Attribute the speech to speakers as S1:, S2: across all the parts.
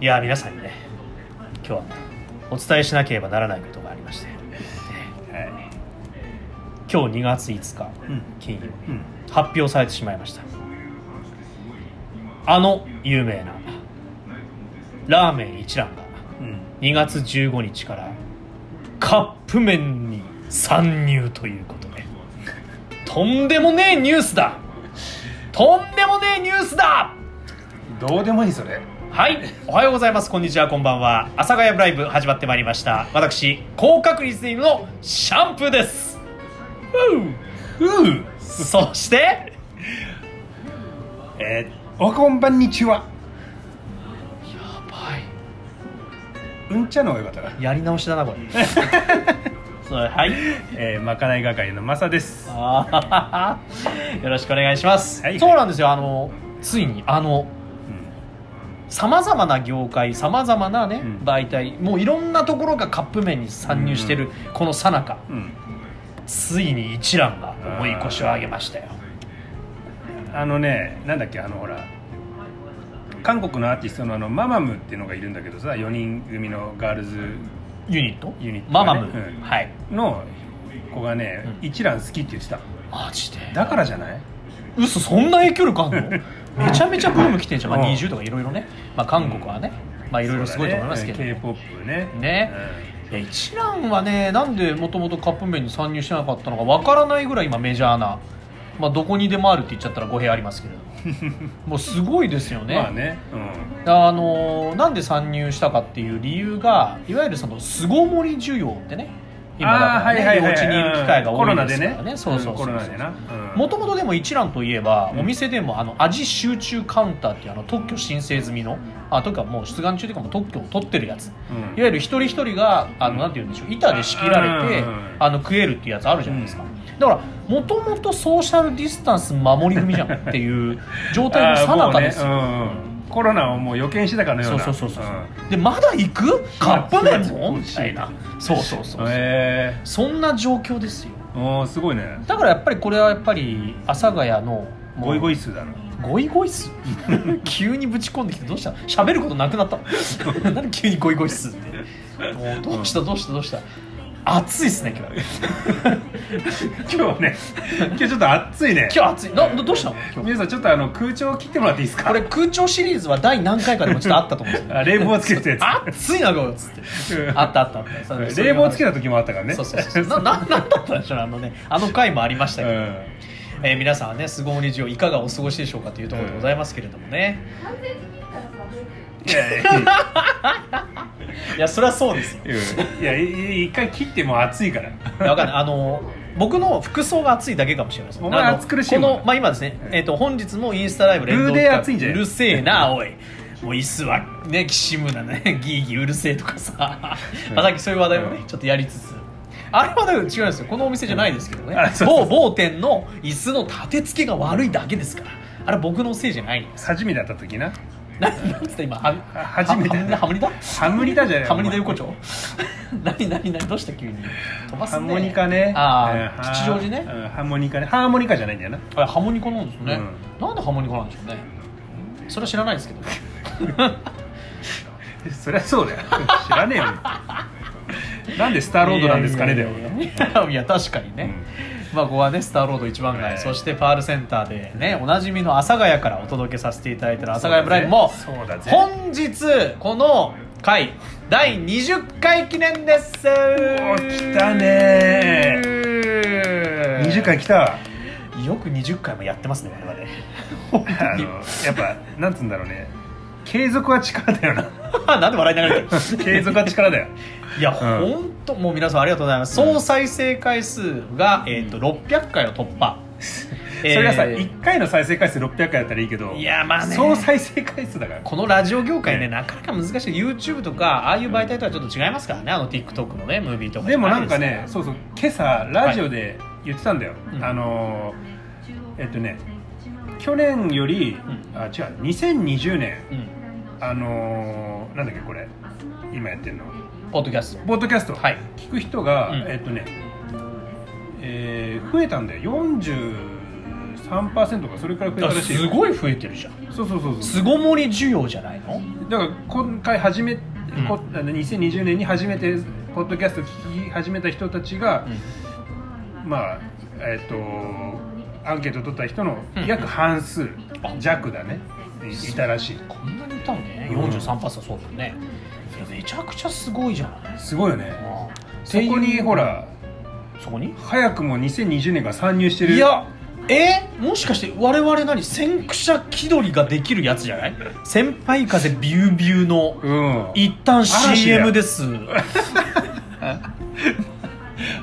S1: いやー皆さんにね今日はお伝えしなければならないことがありまして、
S2: はい
S1: 今日2月5日
S2: うん
S1: 金曜日、
S2: うん
S1: 発表されてしまいましたあの有名なラーメン一覧が
S2: うん
S1: 2月15日からカップ麺に参入ということでとんでもねえニュースだとんでもねえニュースだ
S2: どうでもいいそれ
S1: はいおはようございますこんにちはこんばんは阿佐ヶ谷ブライブ始まってまいりました私高確率でいるのシャンプーですううううそして
S2: えー、おこんばんにちはうんちゃの方がよかったな、
S1: やり直しだなこれ それはい
S2: えー、まかない係のマサです
S1: あーよろしくお願いします、
S2: はい
S1: そうなんですよあのついにあの
S2: う
S1: さまざまな業界さまざまなね、
S2: うん
S1: 媒体もういろんなところがカップ麺に参入してるこの最中
S2: ん、うん
S1: ついに一蘭が重い腰を上げましたよ
S2: あのねなんだっけあのほら韓国のアーティストのあのママムっていうのがいるんだけどさ4人組のガールズ
S1: ユニット
S2: ユニット
S1: マ
S2: がね
S1: マム、
S2: うん
S1: はい
S2: の子がね、
S1: うん
S2: 一蘭好きって言ってた
S1: マジで
S2: だからじゃない
S1: 嘘そんな影響力あんのめちゃめちゃブーム来てんじゃん、まあ、
S2: うん
S1: 20とかいろいろね、まあ、韓国はね、まあいろいろすごいと思いますけど、
S2: k p o p ね
S1: ねいや一蘭はねなんでもともとカップ麺に参入してなかったのかわからないぐらい今メジャーな、まあ、どこにでもあるって言っちゃったら語弊ありますけれども もうすごいですよ
S2: うん
S1: ね,、
S2: まあね
S1: あのーなんで参入したかっていう理由がいわゆるその巣ごもり需要ってね今だからね、
S2: あーはいはいはい
S1: お家にいる機会が
S2: コ
S1: 多
S2: ロ
S1: い
S2: ナ
S1: で
S2: です
S1: から
S2: ね
S1: ねそうそうそうそう
S2: コロナでな、うん
S1: もともとでも一蘭といえば、
S2: うん
S1: お店でもあの味集中カウンターっていうあの特許申請済みのあというかもう出願中というかもう特許を取ってるやつ
S2: うん
S1: いわゆる一人一人があのなんて言うんでしょう板で仕切られて
S2: うん
S1: あの食えるっていうやつあるじゃないですか、だからもともとソーシャルディスタンス守り組じゃんっていう 状態のさなかですよ、
S2: あーもうねうんうんコロナをもう予見してたかのよう
S1: そう
S2: な
S1: そうそうそう、
S2: ん
S1: でまだ行くカップ麺も
S2: うん
S1: みたいなそうそうそう、
S2: へえ
S1: そんな状況ですよ
S2: おーすごいね
S1: だからやっぱりこれはやっぱり阿佐ヶ谷のもう
S2: ゴイゴイ数だな
S1: ゴイゴイス 急にぶち込んできてどうした喋ることなくなったの 何急にゴイゴイスってもうどうしたどうしたどうした暑いっすね今日
S2: 今日ね今日ちょっと暑いね
S1: 今日暑いなどどうしたの今日
S2: 皆さんちょっとあの空調を切ってもらっていいですか
S1: これ空調シリーズは第何回かでもちょっとあったと思うんですよ
S2: あ冷房つけ てるや
S1: 暑いなこれっつって
S2: つうん
S1: あったあった あったそうそう
S2: 冷房つけた時もあったからね
S1: そうそうそうなななんだったんでしょうねあのねあの回もありました
S2: う
S1: けど、
S2: ん
S1: えー皆さんはね巣ごもり需要いかがお過ごしでしょうかというところでございますけれどもね、
S3: 完全に切ったら
S2: いや
S3: さ
S2: いやい
S1: いやそりゃそうですよ
S2: やいやい一回切っても暑いから
S1: いやわかんないあの僕の服装が暑いだけかもしれません
S2: お前
S1: あの
S2: 暑苦しいもん
S1: この、まあ、今ですね、えっと本日もインスタライブ連動
S2: ルーデー暑いんじゃないう
S1: るせえなおいもう椅子はねきしむなね ギーギーうるせえとかさ、 まあ、さっきそういう話題もね、
S2: うん
S1: ちょっとやりつつあれはだから違うんですよこのお店じゃないですけどね
S2: あそうそう
S1: 某某店の椅子の立て付けが悪いだけですからあれ僕のせいじゃないんです
S2: 初めて会った時な
S1: 何なんつった今はは
S2: 初めて
S1: ハムリダハムリダ
S2: ハムリダじゃない
S1: ハムリダ横丁 何何何どうした急に飛ばす
S2: ハ
S1: ね
S2: ーモニカね
S1: あ
S2: うん
S1: あ吉祥寺ね
S2: うんハーモニカねハーモニカじゃないんだよな
S1: あれハーモニカなんですね、なんでハーモニカなんでしょうねそれは知らないですけ ど
S2: そりゃそうだよ知らねえよなんでスターロードなんですかねだよ
S1: いやいやいやいや確かにね、 まあここはねスターロード一番街、
S2: はい
S1: そしてパールセンターでねおなじみの阿佐ヶ谷からお届けさせていただいてる阿佐ヶ谷ブライブも、
S2: そうだぜ
S1: 本日この回第20回記念ですお
S2: 来たね20回来たわ
S1: よく20回もやってますね我々
S2: あのやっぱなんつうんだろうね継続は力だよな
S1: なんで笑いながら言ってる
S2: 継続は力だよ
S1: いや、
S2: う
S1: ほ
S2: ん
S1: んと、もう皆さんありがとうございます。総再生回数が、えっ、と、600回を突破。
S2: それがさ、
S1: えー
S2: 1回の再生回数600回だったらいいけど
S1: いやまあね
S2: 総再生回数だから
S1: このラジオ業界ね、
S2: ね
S1: なかなか難しい。YouTube とか、ああいう媒体とはちょっと違いますからね、あの TikTok のね、ムービーとか。
S2: でもなんかね、そうそう今朝ラジオで言ってたんだよ、
S1: うん
S2: あのーえっとね去年より、
S1: ん
S2: あ違う2020年
S1: うん、
S2: あのーなんだっけこれ今やってるの
S1: ポッドキャスト。
S2: ポッドキャスト、
S1: はい
S2: 聞く人が、
S1: うん
S2: えっとね、えー増えたんだよ43 3%かそれくらい増え
S1: だか
S2: た
S1: らら
S2: しいよ
S1: すごい増えてるじゃん
S2: そうそうそうそう
S1: 巣ごもり需要じゃないの
S2: だから今回初め、こあの2020年に初めてポッドキャスト聞き始めた人たちが、まあえっ、とアンケート取った人の
S1: うん
S2: 約半数
S1: あ
S2: 弱だね、いいたらしい
S1: こんなにいたのね
S2: うん
S1: 43%そうだよねいやめちゃくちゃすごいじゃない
S2: すごいよねそ
S1: っていう
S2: こにほら
S1: そこに
S2: 早くも2020年が参入してる
S1: いやえもしかして我々何先駆者気取りができるやつじゃ ない先輩風ビュービューの
S2: うん
S1: 一旦
S2: 嵐だよ
S1: CM です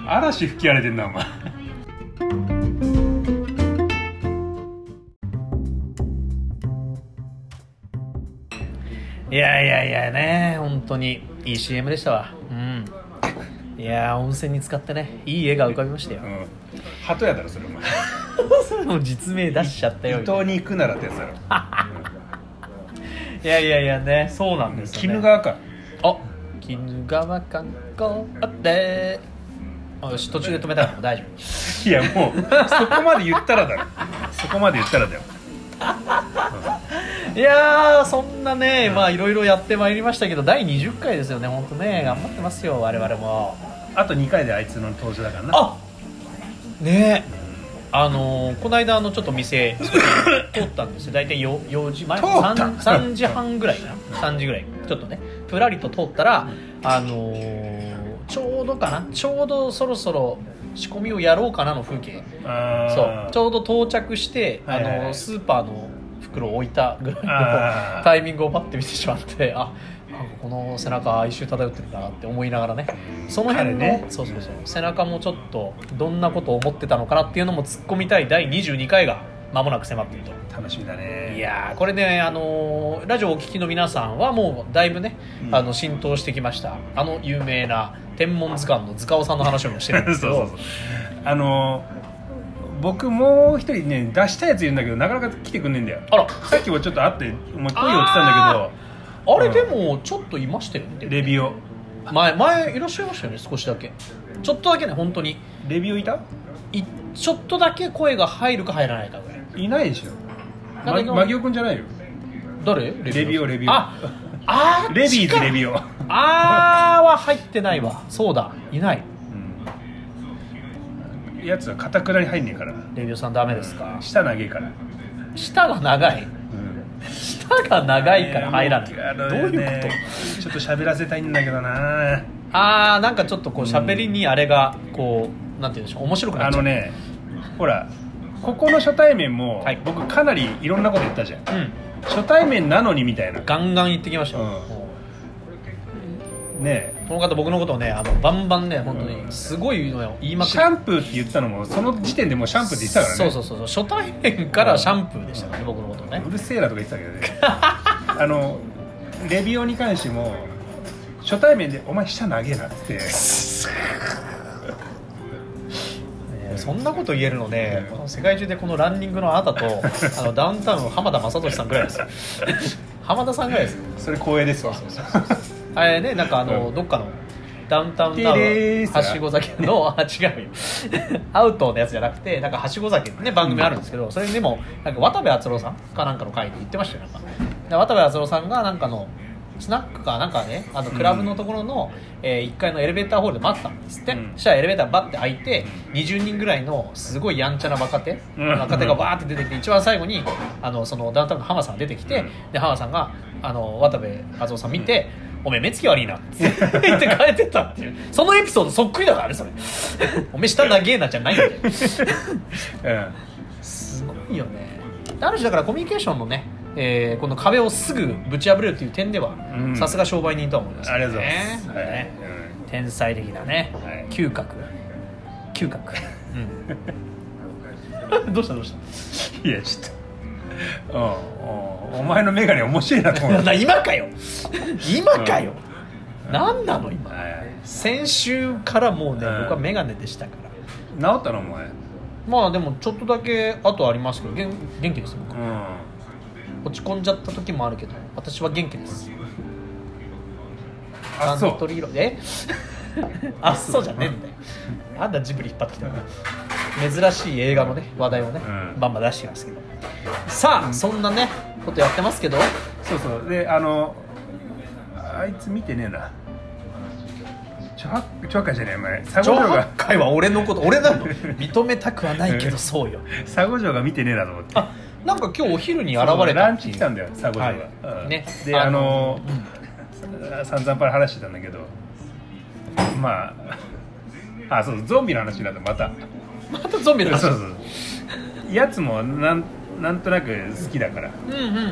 S2: 嵐吹き荒れてんなお前
S1: いやいやいやね本当にいい CM でしたわうんいやー温泉に使ってねいい絵が浮かびま したよ
S2: うん鳩やだろそれお前
S1: それも実名出しちゃったよ
S2: 伊東に行くならってやつだろ
S1: いやいやいやねそうなんです
S2: 鬼
S1: よ、ね、
S2: 怒川か
S1: あ鬼怒川観光あってあよし途中で止めたからもう大丈夫
S2: いやもうそこまで言ったらだろそこまで言ったらだよ
S1: いやーそんなねまあいろいろやってまいりましたけど第20回ですよね本当ね頑張ってますよ我々も
S2: あと2回であいつの登場だからな
S1: あねえあのーこの間あのちょっと 店少し通ったんですよ大体 4, 4時前
S2: 通った
S1: 3, 時半ぐらいかな3時ぐらいちょっとねぷらりと通ったらあのーちょうどかなちょうどそろそろ仕込みをやろうかなの風景そうち
S2: ょ
S1: ょうど到着して、
S2: はいはいはい
S1: あのスーパーの袋を置いたぐらい
S2: あ
S1: の
S2: ー
S1: タイミングをパッて見てしまってあ なんかこの背中哀愁漂ってるなって思いながらねその辺の、
S2: 彼ね
S1: そうそうそう背中もちょっとどんなことを思ってたのかなっていうのも突っ込みたい第22回が間もなく迫っていると。
S2: 楽しみだね
S1: いやーこれね、あのーラジオをお聞きの皆さんはもうだいぶね、
S2: うん
S1: あの浸透してきましたあの有名な天文図鑑の塚尾さんの話もしてるんで
S2: そう
S1: す
S2: そ
S1: けど
S2: うそうあの僕もう一人ね出したやついるんだけどなかなか来てくんねえんだよ
S1: あら
S2: さっきもちょっと会ってお前来いよって言ったんだ
S1: あれ
S2: うん
S1: でもちょっといましたよ
S2: け
S1: ね
S2: どレビオ
S1: 前前いらっしゃいましたよね少しだけちょっとだけね本当に
S2: レビオいた
S1: いちょっとだけ声が入るか入らないかぐらい
S2: いないでしょ
S1: なんだ
S2: ま
S1: けど
S2: マギオくんじゃないよ
S1: 誰
S2: レビオレビオ
S1: ああ
S2: レビーズレ
S1: オ
S2: ビオ、う
S1: あーは入ってないわそうだいない
S2: んやつはかたくなに入んねえから
S1: レビオさんダメですか
S2: 舌長えから、
S1: 舌が長い舌が長いから入らない、
S2: ねえも
S1: ど
S2: う
S1: ういうこと
S2: とちょっと喋らせたいんだけどな
S1: ああなんかちょっとこう喋りにあれがこうなんて言うんでしょう面白くな
S2: あ
S1: っちゃ
S2: の
S1: う
S2: ねほらここの初対面も、
S1: はい
S2: 僕かなりいろんなこと言ったじゃん
S1: うん
S2: 初対面なのにみたいなね
S1: ガンガン言ってきましたよ、
S2: うん
S1: もう
S2: え
S1: この方僕のことをねあのバンバンね本当にすごいのよ言いまく
S2: シ
S1: る
S2: ャンプーって言ってたのもその時点でもうシャンプーって言ってたからね
S1: そうそうそうそう初対面からシャンプーでしたからね僕のことをね
S2: うるせえなとか言ってたけど ねあのレビオに関しても初対面で「お前舌長えな」っつって
S1: そんなこと言えるのねこの世界中でこのランニングのあなたとあのダウンタウンの浜田雅俊さんぐらいですよ浜田さんぐらいですよ
S2: それ光栄ですわ
S1: あれねなんかあの、
S2: うん
S1: どっかのダウンタウンタウ
S2: てれー
S1: ン
S2: す
S1: はしご酒 のあ違うよ アウトのやつじゃなくてなんかはしご酒ってね番組あるんですけど、それにでもなんか渡部篤郎さんかなんかの会で言ってましたよなんかで渡部篤郎さんがなんかのスナックかなんかねあのクラブのところの、え1階のエレベーターホールで待ってたんですって、
S2: うん
S1: そしたらエレベーターバッて開いて20人ぐらいのすごいやんちゃな若手、
S2: うん
S1: 若手がバーって出てきて一番最後にあのそのダウンタウンの浜さんが出てきて、
S2: うん
S1: で浜さんがあの渡部篤夫さん見て「おめえ目つき悪いな」って言って帰ってったっていうそのエピソードそっくりだからねそれ 「おめえ下長えな」じゃないんだよ
S2: うん
S1: すごいよねある種だからコミュニケーションのね、えーこの壁をすぐぶち破れるという点では
S2: うん
S1: さすが商売人とは思います、ね、
S2: ありがとうございます、
S1: ね
S2: はい
S1: 天才的なね、
S2: はい
S1: 嗅覚嗅覚 うんどうしたどうした
S2: うんいやちょっと、うんうんお前の眼鏡面白いなと思 う
S1: な今かよ今かよ、なん、何なの今
S2: はい
S1: 先週からもうね、
S2: うん
S1: 僕は眼鏡でしたから
S2: 治ったのお前
S1: まあでもちょっとだけあとありますけど元元気です僕
S2: うん
S1: 落ち込んじゃった時もあるけど私は元気です
S2: あそ
S1: サント
S2: う
S1: リーロえあっそうじゃねえんだよあんだジブリ引っ張ってきたの珍しい映画のね話題をね、
S2: うん
S1: バンバン出してますけどさあ、そんなねことやってますけど
S2: そうそうであのあいつ見てねえな著白著白海じゃねえ前佐
S1: 上
S2: 護城が
S1: 八海は俺のこと俺なの認めたくはないけどそうよ
S2: 佐護城が見てねえなと思って
S1: あなんか今日お昼に現れたってい
S2: そ
S1: う
S2: うランチ来たんだよ佐護
S1: は
S2: 城が、
S1: い
S2: うん
S1: ね
S2: であの散々パラ話してたんだけどまああそうゾンビの話になったまた
S1: またゾンビの話
S2: そうそうやつもなんなんとなく好きだから
S1: うんうんうんうん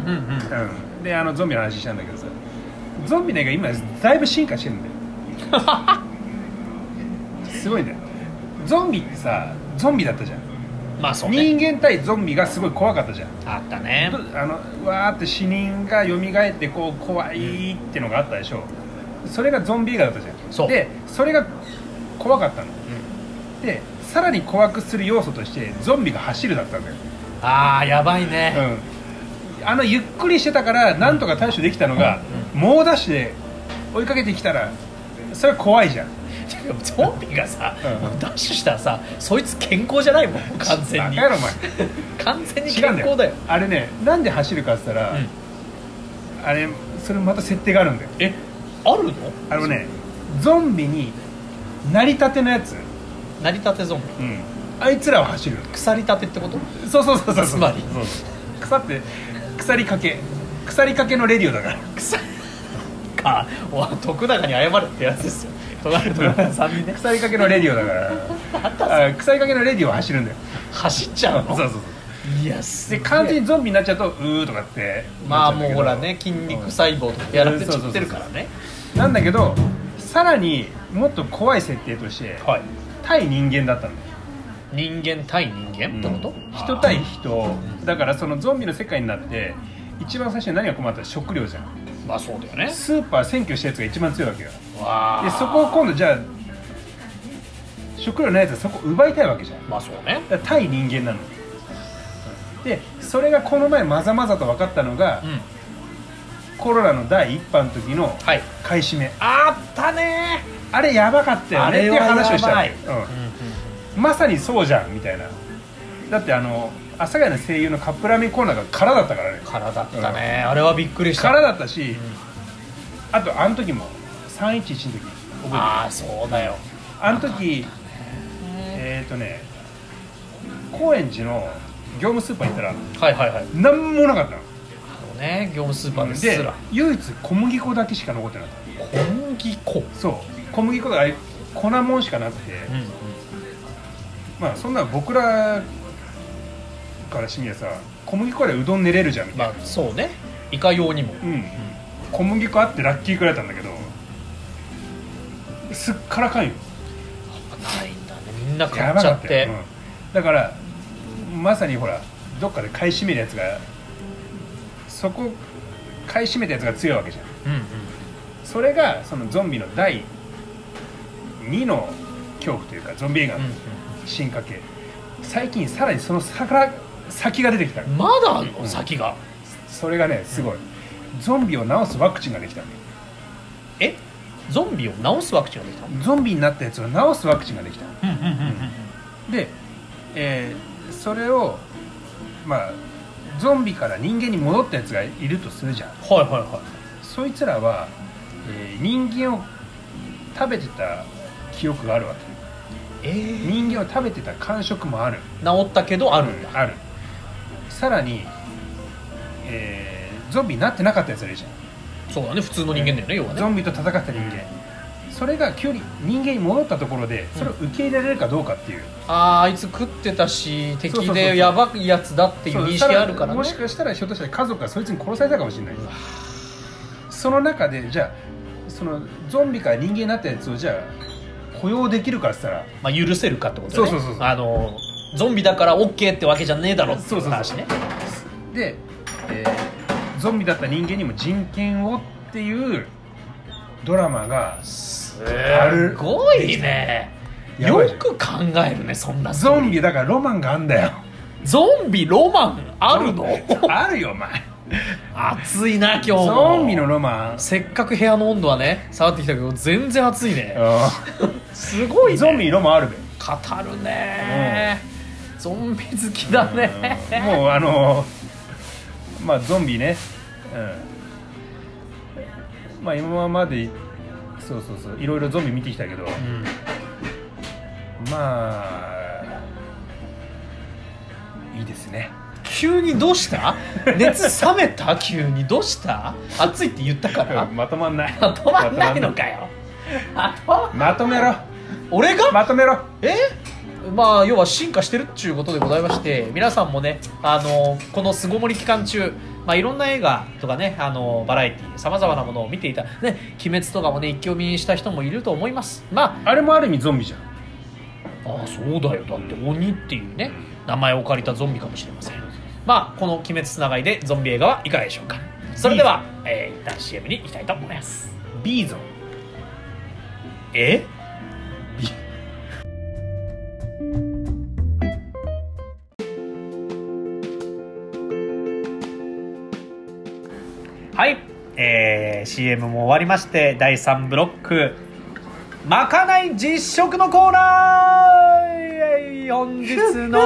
S2: うん、であのゾンビの話したんだけどさゾンビの映画今だいぶ進化してるんだよ すごいんだよゾンビってさゾンビだったじゃん、
S1: まあそうね
S2: 人間対ゾンビがすごい怖かったじゃん
S1: あったね
S2: あのうわーって死人が蘇ってこう怖いってのがあったでしょそれがゾンビ映画だったじゃん
S1: そう
S2: でそれが怖かったの、でさらに怖くする要素としてゾンビが走るだったんだよ
S1: あーやばいね、
S2: うん、あのゆっくりしてたからなんとか対処できたのが、猛ダッシュで追いかけてきたらそれは怖いじゃん
S1: でもゾンビがさ、
S2: うん
S1: ダッシュしたらさそいつ健康じゃないもん完全に
S2: バカ野郎お前
S1: 完全に
S2: 違う
S1: 健
S2: んだ
S1: 康
S2: よ
S1: だよ
S2: あれねなんで走るかって言ったら、
S1: うん
S2: あれそれまた設定があるんだよ
S1: えあるの
S2: あのねゾンビになりたてのやつ、
S1: 成り立てゾンビ
S2: うん、あいつらは走る
S1: 腐り立てってこと
S2: そうそうそうそう
S1: つまり
S2: そう腐って腐りかけ腐りかけのレディオだから
S1: 腐かお徳永に謝れってやつですよ隣の徳永さんにね
S2: 腐りかけのレディオだからあ腐りかけのレディオは走るんだよ
S1: 走っちゃうの
S2: そうそうそう
S1: いやすげ
S2: で
S1: え
S2: 完全にゾンビになっちゃうとうーとかって
S1: まあもうほら
S2: な
S1: ね
S2: っち
S1: 筋
S2: ゃんだけど
S1: 肉細胞とかやられちゃってるからね
S2: うんなんだけどさらにもっと怖い設定として、
S1: はい
S2: 対人間だったんだよ
S1: 人間対人間ってこと、
S2: 人対人だからそのゾンビの世界になって一番最初に何が困ったら食料じゃん
S1: まあそうだよね
S2: スーパー占拠したやつが一番強いわけよ
S1: わあ
S2: でそこを今度じゃあ食料ないやつはそこ奪いたいわけじゃん
S1: まあそうね
S2: だから対人間なのでそれがこの前まざまざと分かったのが、
S1: うん
S2: コロナの第1波の時の
S1: はい
S2: 買い占め、
S1: あったね
S2: あれやばかったよねっていう話をしたの
S1: あれは
S2: うんまさにそうじゃんみたいなだってあの阿佐ヶ谷の声優のカップラーメンコーナーが空だったからね
S1: 空だったね、あれはびっくりした
S2: 空だったし、あとあの時も311の時覚えてる
S1: ああそうだよ
S2: あの時えっ、ー、とね高円寺の業務スーパー行ったら
S1: はいはいはい
S2: 何もなかったの
S1: あのね業務スーパーです
S2: で
S1: ら
S2: 唯一小麦粉だけしか残ってなかっ
S1: 小麦粉
S2: たそう小麦粉があれ粉もんしかなくて、
S1: うんうん
S2: まあそんな僕らからしてみればさ小麦粉でうどん練れるじゃんみたい
S1: ま
S2: な、
S1: あそうねいかようにも
S2: うん小麦粉あってラッキーくらいだったんだけどすっからかんよ
S1: ないんだねみんな買っちゃっ
S2: や
S1: て
S2: ばかったようんだからまさにほらどっかで買い占めるやつがそこ買い占めたやつが強いわけじゃん
S1: うんうん
S2: それがそのゾンビの第2の恐怖というかゾンビ映画
S1: う
S2: の
S1: ん
S2: 進化系、最近さらにその先から先が出てきたの
S1: うんまだあんの先が
S2: それがねすごいゾンビを治すワクチンができたの
S1: えゾンビを治すワクチンができた
S2: ゾンビになったやつを治すワクチンができたの
S1: うんうんうん
S2: で、えーそれをまあゾンビから人間に戻ったやつがいるとするじゃん
S1: はいはいは
S2: そいつらは、えー人間を食べてた記憶があるわけ
S1: いえ
S2: 人間を食べてた感触もある
S1: ー、治ったけどあるんだ、
S2: あるさらに、えーゾンビになってなかったやつがいるじゃん
S1: そうだね普通の人間だよね要は
S2: ゾ
S1: ね
S2: ンビと戦った人間それが急に人間に戻ったところでそれを受け入れられるかどうかっていう、
S1: あーあいつ食ってたし
S2: そうそう
S1: 敵
S2: そうそう
S1: でやばいやつだっていう認識あるから
S2: そうさらに
S1: ね
S2: もしかしたらひょっとしたら家族がそいつに殺されたかもしれないその中でじゃあそのゾンビから人間になったやつをじゃあ雇用できるかって言ったら
S1: まあ、許せるかってことだね
S2: そうそうそうそう
S1: あのゾンビだから OK ってわけじゃねえだろって
S2: そうそうそう
S1: 話ね
S2: で、えーゾンビだった人間にも人権をっていうドラマが
S1: す
S2: る
S1: ごいね
S2: やばい
S1: よ
S2: じゃん
S1: く考えるねそんなストー
S2: ゾ
S1: リー
S2: ンビだからロマンがあんだよ
S1: ゾンビロマンあるの
S2: あるよお前
S1: 暑いな今日も
S2: ゾンビのロマン
S1: せっかく部屋の温度はね下がってきたけど全然暑いね
S2: う
S1: すごい
S2: ん
S1: ね
S2: ゾンビのロマンあるべ
S1: 語るね、ゾンビ好きだね
S2: うんもうあのまあゾンビね、うん、まあ今までそうそうそういろいろゾンビ見てきたけど、
S1: うん
S2: まあいいですね
S1: 急にどう した熱冷めた急にどうした暑いって言ったから
S2: まとまんない
S1: まとまんないのかよあと
S2: まとめろ
S1: 俺が
S2: まとめろ
S1: えまあ要は進化してるっちゅうことでございまして皆さんもねあのこの巣ごもり期間中まあいろんな映画とかねあのバラエティさまざまなものを見ていたね鬼滅とかもね一興味にした人もいると思いますま
S2: あれもある意味ゾンビじゃん
S1: あああそうだよだって鬼っていうね名前を借りたゾンビかもしれませんまあこの鬼滅つながりでゾンビ映画はいかがでしょうかそれでは、えー、一旦 CM に行きたいと思います
S2: B ゾン
S1: えはい、えー、CM も終わりまして第3ブロックまかない実食のコーナーイエイ本日の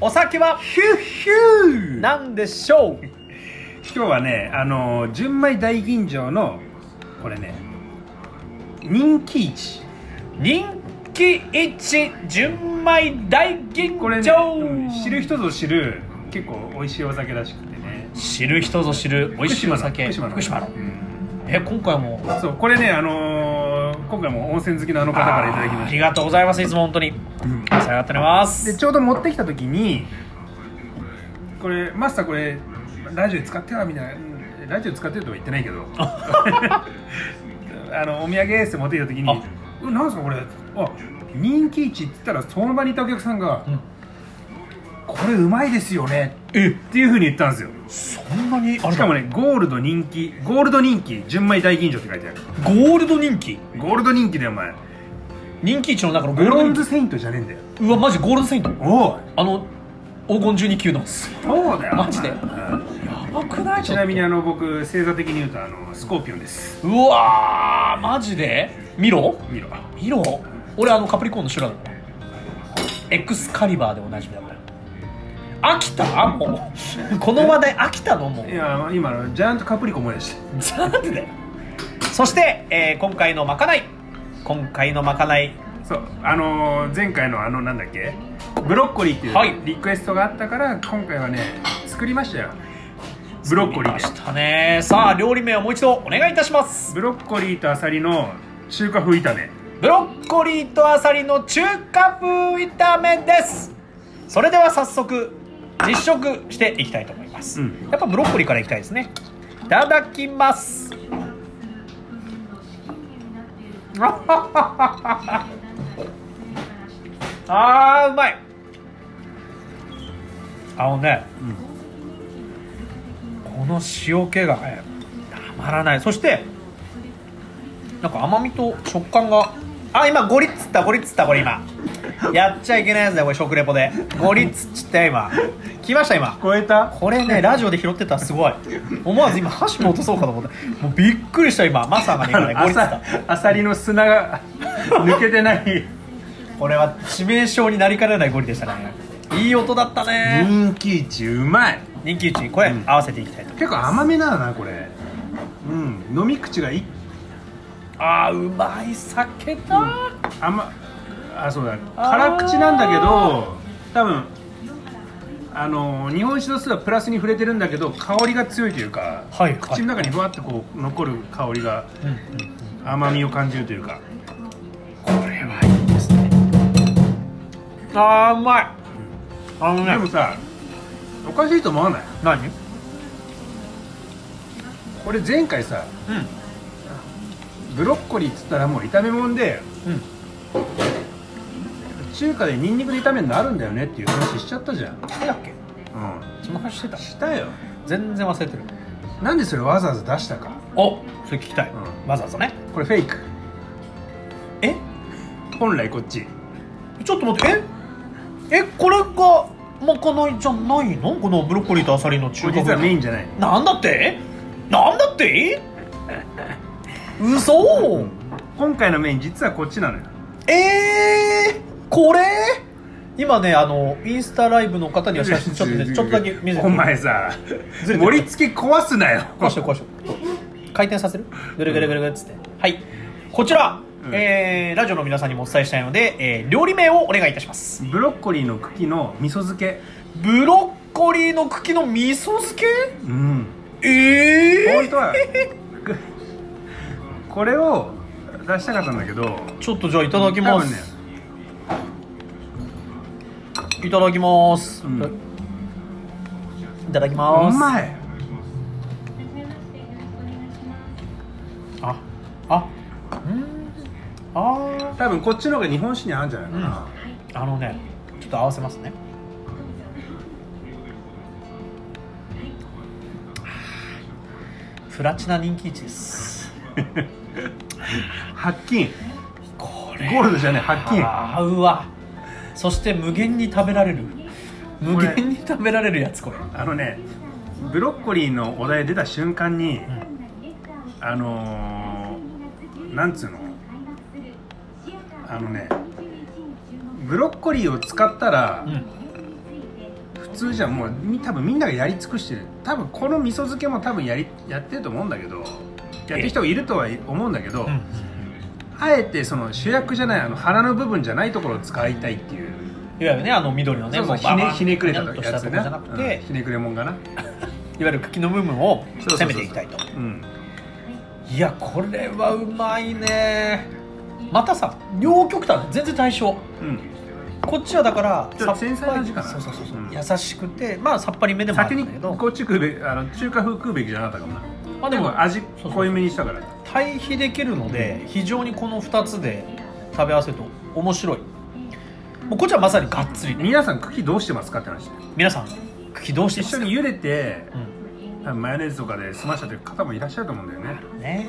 S1: お酒は
S2: ヒュッヒュー
S1: 何でしょう
S2: 今日はねあの純米大吟醸のこれね人気一
S1: 人気一純米大吟
S2: これ、ねうん
S1: 醸
S2: 知る人ぞ知る結構美味しいお酒らしくてね
S1: 知る人ぞ知る美味しいお酒
S2: 福島の
S1: 福島の
S2: うん
S1: え今回も
S2: そうこれねあのー今回も温泉好きのあの方からいただきま
S1: あ
S2: し
S1: りがとうございますいつも本当に
S2: た、うん
S1: お世話になっておりま
S2: ですちょうど持ってきた時にこれマスターこれラジオで使ってはみたいなうんラジオで使ってるとは言ってない けどあのお土産です持ってきた時に
S1: あ
S2: 「うんなんですかこれあ人気一」って言ったらその場にいたお客さんが「
S1: うん
S2: これうまいですよね」
S1: え
S2: っていうふうに言ったんですよ
S1: そんなにあれだ
S2: しかもねゴールド人気ゴールド人気純米大吟醸って書いてある
S1: ゴールド人気
S2: ゴールド人気だよお前
S1: 人気一の中のゴー
S2: ブ
S1: ルド
S2: ロ
S1: 人
S2: ン
S1: 気
S2: ズセイントじゃねえんだよ
S1: うわマジゴールドセイント
S2: おお
S1: あの黄金12級の
S2: そうだよ
S1: マジで
S2: お前うん
S1: やばくない
S2: ちなみにあの僕星座的に言うとあのスコーピオンです
S1: うわーマジでミロ
S2: 見ろ
S1: ミロ俺あのカプリコーンの修羅だからエクスカリバーでおなじみだから飽きたも うこの話題飽きたのもう
S2: いや今のジャイアントカプリコ思い出して
S1: じゃあなんでだよそして、えー今回のまかない今回のまかない
S2: そうあのー前回のあのなんだっけブロッコリーって
S1: はい
S2: いうリクエストがあったから、今回はね作りましたよブロッコリー
S1: で
S2: で
S1: したねさあ料理名をもう一度お願いいたします
S2: ブロッコリーとアサリの中華風炒め
S1: ブロッコリーとアサリの中華風炒めですそれでは早速実食していきたいと思います、
S2: うん
S1: やっぱブロッコリーからいきたいですねいただきますあーうまいあのね、この塩気がねたまらないそしてなんか甘みと食感があ今ゴリッつったゴリッつったこれ今やっちゃいけないやつだよこれ食レポでゴリッつっちったよ今来ました今
S2: 超えた
S1: これねラジオで拾ってたらすごい思わず今箸も落とそうかと思ってもうびっくりした今まさかねこれ ゴリ
S2: ア
S1: ッつった
S2: サアサリの砂が 抜けてない
S1: これは致命傷になりかねないゴリでしたねいい音だったね
S2: 人気一うまい
S1: 人気うちこれ
S2: うん
S1: 合わせていきたいと思い
S2: 結構甘めなのなこれうん飲み口がい
S1: ますあーうまい酒だ、
S2: あんまあそうだ
S1: あー
S2: 辛口なんだけど多分あの日本酒の酢はプラスに触れてるんだけど香りが強いというか、
S1: はいはい
S2: 口の中にふわっとこう残る香りが
S1: うんうん
S2: 甘みを感じるというか
S1: これはいいですねあーうまいあの
S2: でも
S1: ね
S2: さおかしいと思わない
S1: 何
S2: これ前回さ
S1: う
S2: ブロッコリーっつったらもう炒め物で
S1: んうん
S2: 中華でニンニクで炒めるのあるんだよねっていう話しちゃったじゃんう
S1: 何だっけ
S2: ん
S1: その話してた
S2: したよ
S1: 全然忘れてる
S2: なんでそれわざわざ出したか
S1: おそれ聞きたい、
S2: う
S1: わざわざね
S2: これフェイク
S1: え
S2: 本来こっち
S1: ちょっと待ってええこれがまかないじゃないのこのブロッコリーとアサリの中
S2: こ
S1: 華
S2: れ実はメインじゃない
S1: なんだってなんだって嘘
S2: 今回のメイン実はこっちなのよ
S1: えー、これ今ねあのインスタライブの方には写真ちょっと ねちょっとだけ見せて
S2: お前さ
S1: ずれてる
S2: 盛り付け壊すなよ
S1: こうしようこうしよう回転させるぐるぐるぐるぐるっつって、はいこちら、
S2: うん
S1: えーラジオの皆さんにもお伝えしたいので、えー料理名をお願いいたします
S2: ブロッコリーの茎の味噌漬け
S1: ブロッコリーの茎の味噌漬け
S2: うん
S1: え
S2: 本当はこれを出したかったんだけど
S1: ちょっとじゃあいただきます、
S2: 多分ね
S1: いただきます、
S2: うん
S1: いただき
S2: う
S1: ます
S2: まい
S1: ああうんあ
S2: 多分こっちの方が日本酒に合うんじゃないかな、
S1: ーあのねちょっと合わせますねプラチナ人気一です
S2: 発金
S1: こ
S2: ゴールドじゃねえ発金
S1: 合うわそして無限に食べられる無限に食べられるやつこれ
S2: あのねブロッコリーのお題出た瞬間に、あのー、なんつうのあのねブロッコリーを使ったら、
S1: うん
S2: 普通じゃもうみ多分みんながやり尽くしてる多分この味噌漬けも多分やりやってると思うんだけどやってる人がいるとは思うんだけど、
S1: うん
S2: あえてその主役じゃないあの腹の部分じゃないところを使いたいっていう、
S1: いわゆるねあの緑のね
S2: そうそ
S1: こう
S2: うひ
S1: バ
S2: ね
S1: バン
S2: ひねくれた
S1: にゃんとし
S2: や
S1: た
S2: つ
S1: とこ
S2: ね
S1: じゃなくて、
S2: うんひねくれもんがな、
S1: いわゆる茎の部分を
S2: そうそうそうそう
S1: 攻めていきたいと
S2: うん、
S1: いやこれはうまいねまたさ両極端全然対称
S2: うん、
S1: こっちはだから
S2: ちょっと繊細な味かな
S1: そうそうそうそう
S2: うん
S1: 優しくてまあさっぱりめでもあ
S2: 先
S1: る
S2: に
S1: んだけど
S2: こっち食うべあの中華風食うべきじゃなかったかもな
S1: まあ
S2: で
S1: で
S2: も
S1: も
S2: 味
S1: そうそう
S2: 濃いめにしたから
S1: 対比できるので非常にこの2つで食べ合わせると面白いもうこっちはまさにがっつりね
S2: 皆さん茎どうしてますかって話
S1: 皆さん茎どうして
S2: 一
S1: ます
S2: 緒
S1: か
S2: に茹でて
S1: う
S2: 多分マヨネーズとかで済ましちゃってる方もいらっしゃると思うんだよね、
S1: んね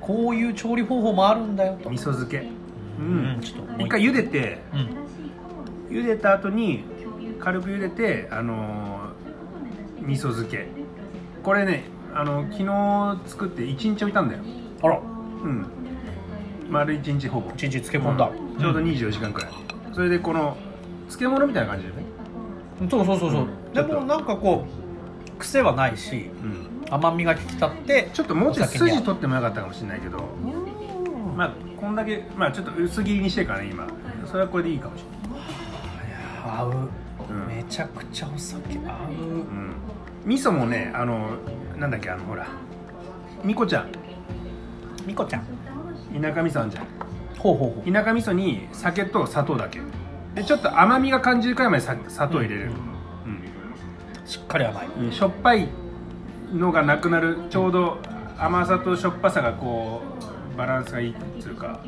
S1: こういう調理方法もあるんだよと
S2: 味噌漬け
S1: うんちょっともう
S2: 一回茹でて
S1: うん
S2: 茹でた後に軽く茹でてあのー味噌漬けこれねあの昨日作って1日置いたんだよ
S1: あら
S2: うん丸1日ほぼ
S1: 一日漬け込んだ
S2: うんちょうど24時間くらいそれでこの漬物みたいな感じでね
S1: そうそうそうそう、
S2: うん
S1: でもなんかこう癖はないし
S2: うん
S1: 甘みが引き立って
S2: ちょっともうちょい
S1: お酒に合う
S2: 筋取ってもよかったかもしれないけどまあこんだけまあちょっと薄切りにしてからね今それはこれでいいかもし
S1: 合う、
S2: うん
S1: めちゃくちゃお酒合う
S2: れない、うん、味噌もねあのなんだっけあのほらみこちゃん
S1: みこちゃん
S2: 田舎味噌あんじゃん
S1: ほうほうほう
S2: 田舎味噌に酒と砂糖だけでちょっと甘みが感じるくらいまでさ砂糖入れる、
S1: しっかり甘い
S2: うんうんしょっぱいのがなくなるちょうど甘さとしょっぱさがこうバランスがいいっていうか